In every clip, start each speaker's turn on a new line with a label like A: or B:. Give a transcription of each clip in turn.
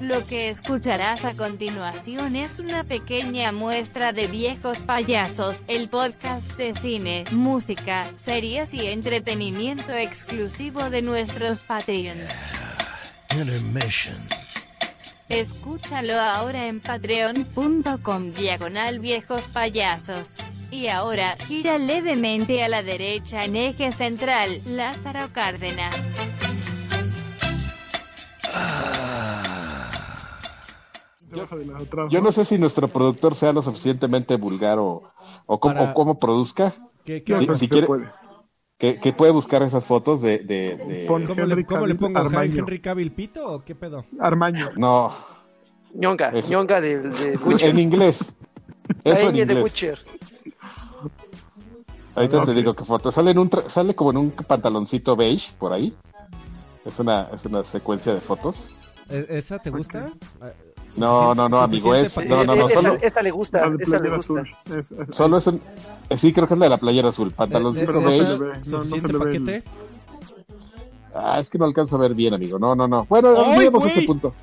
A: Lo que escucharás a continuación es una pequeña muestra de Viejos Payasos, el podcast de cine, música, series y entretenimiento exclusivo de nuestros Patreons.
B: Intermission.
A: Escúchalo ahora en patreon.com diagonal viejos payasos. Y ahora, gira levemente a la derecha en eje central, Lázaro Cárdenas.
C: Debajo de la otra
D: Yo no sé si nuestro productor sea lo suficientemente vulgar o, o, cómo,
E: Para-
D: o cómo produzca,
E: ¿Qué, qué-
C: Yo creo
D: si-
C: que
D: si
C: se
D: quiere-
C: puede.
D: que, que puede buscar esas fotos de... de- de-
C: Pon-
E: ¿Cómo,
C: Henry
E: le, cómo le
C: Cavill
E: pongo Henry-
C: Armaño.
E: Henry Cavill Pito o qué pedo?
C: Armaño.
D: No,
F: Ñonga,
D: Eso.
F: Ñonga de, de Witcher.
D: en inglés.
F: La
D: Eso en
F: ñ de
D: inglés.
F: Witcher.
D: Ahorita
C: Ok.
D: te digo qué foto. Sale, en un tra- sale como en un pantaloncito beige por ahí. Es una, es una secuencia de fotos.
E: ¿E- ¿Esa te gusta? Eh,
D: No, no, no, amigo. Es,
E: Suficiente
D: no, no, no.
F: Eh, esa,
D: Solo,
F: esta le gusta,
C: La de
F: esa le
C: playera
F: gusta.
C: azul. Es- es-
D: solo es un. Sí, creo que es la de la playera azul. Pantaloncito
C: Pero no se
D: beige.
C: le ve, no, no se
E: ¿Suficiente
C: le ve el-
E: eh, paquete?
D: Ah, es que no alcanzo a ver bien, amigo. No, no, no. Bueno,
E: ¡Ay,
D: olvidemos
E: güey!
D: ese punto.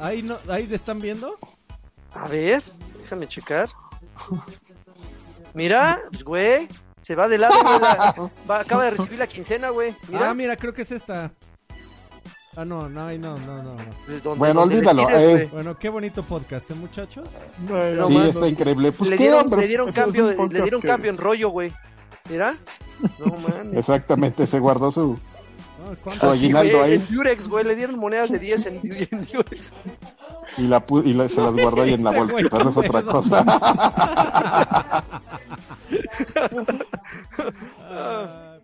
E: Ahí, no, ahí le están viendo.
F: A ver, déjame checar. Mira, pues, güey, se va de lado, güey, la- va- acaba de recibir la quincena, güey. Mira,
E: Ah, mira, creo que es esta. Ah, no, no, ahí no, no, no. no.
F: Pues, donde-
D: Bueno,
F: donde le
D: olvídalo,
F: tires,
D: eh.
F: güey.
E: Bueno, qué bonito podcast, ¿eh, muchachos?
C: Ay,
F: No
D: sí,
F: más,
D: está increíble. Pues
F: le,
D: qué,
F: dieron,
D: hombre.
F: le dieron
C: Eso es
F: cambio,
C: un
F: eh, le
C: podcast
F: dieron
C: que-
F: cambio en rollo, güey. Mira, no mames.
D: Exactamente, se guardó su.
E: No, ¿cuánto?
D: Oye,
F: Así,
D: aguinaldo
F: güey,
D: ahí.
F: en Durex, güey, le dieron monedas de 10 en, en Durex.
D: Y, la pu- y la- se las guardó ahí en la
E: Ese
D: bolsa.
E: güey,
D: Pero es otra
E: pedo.
D: cosa.
E: Ah,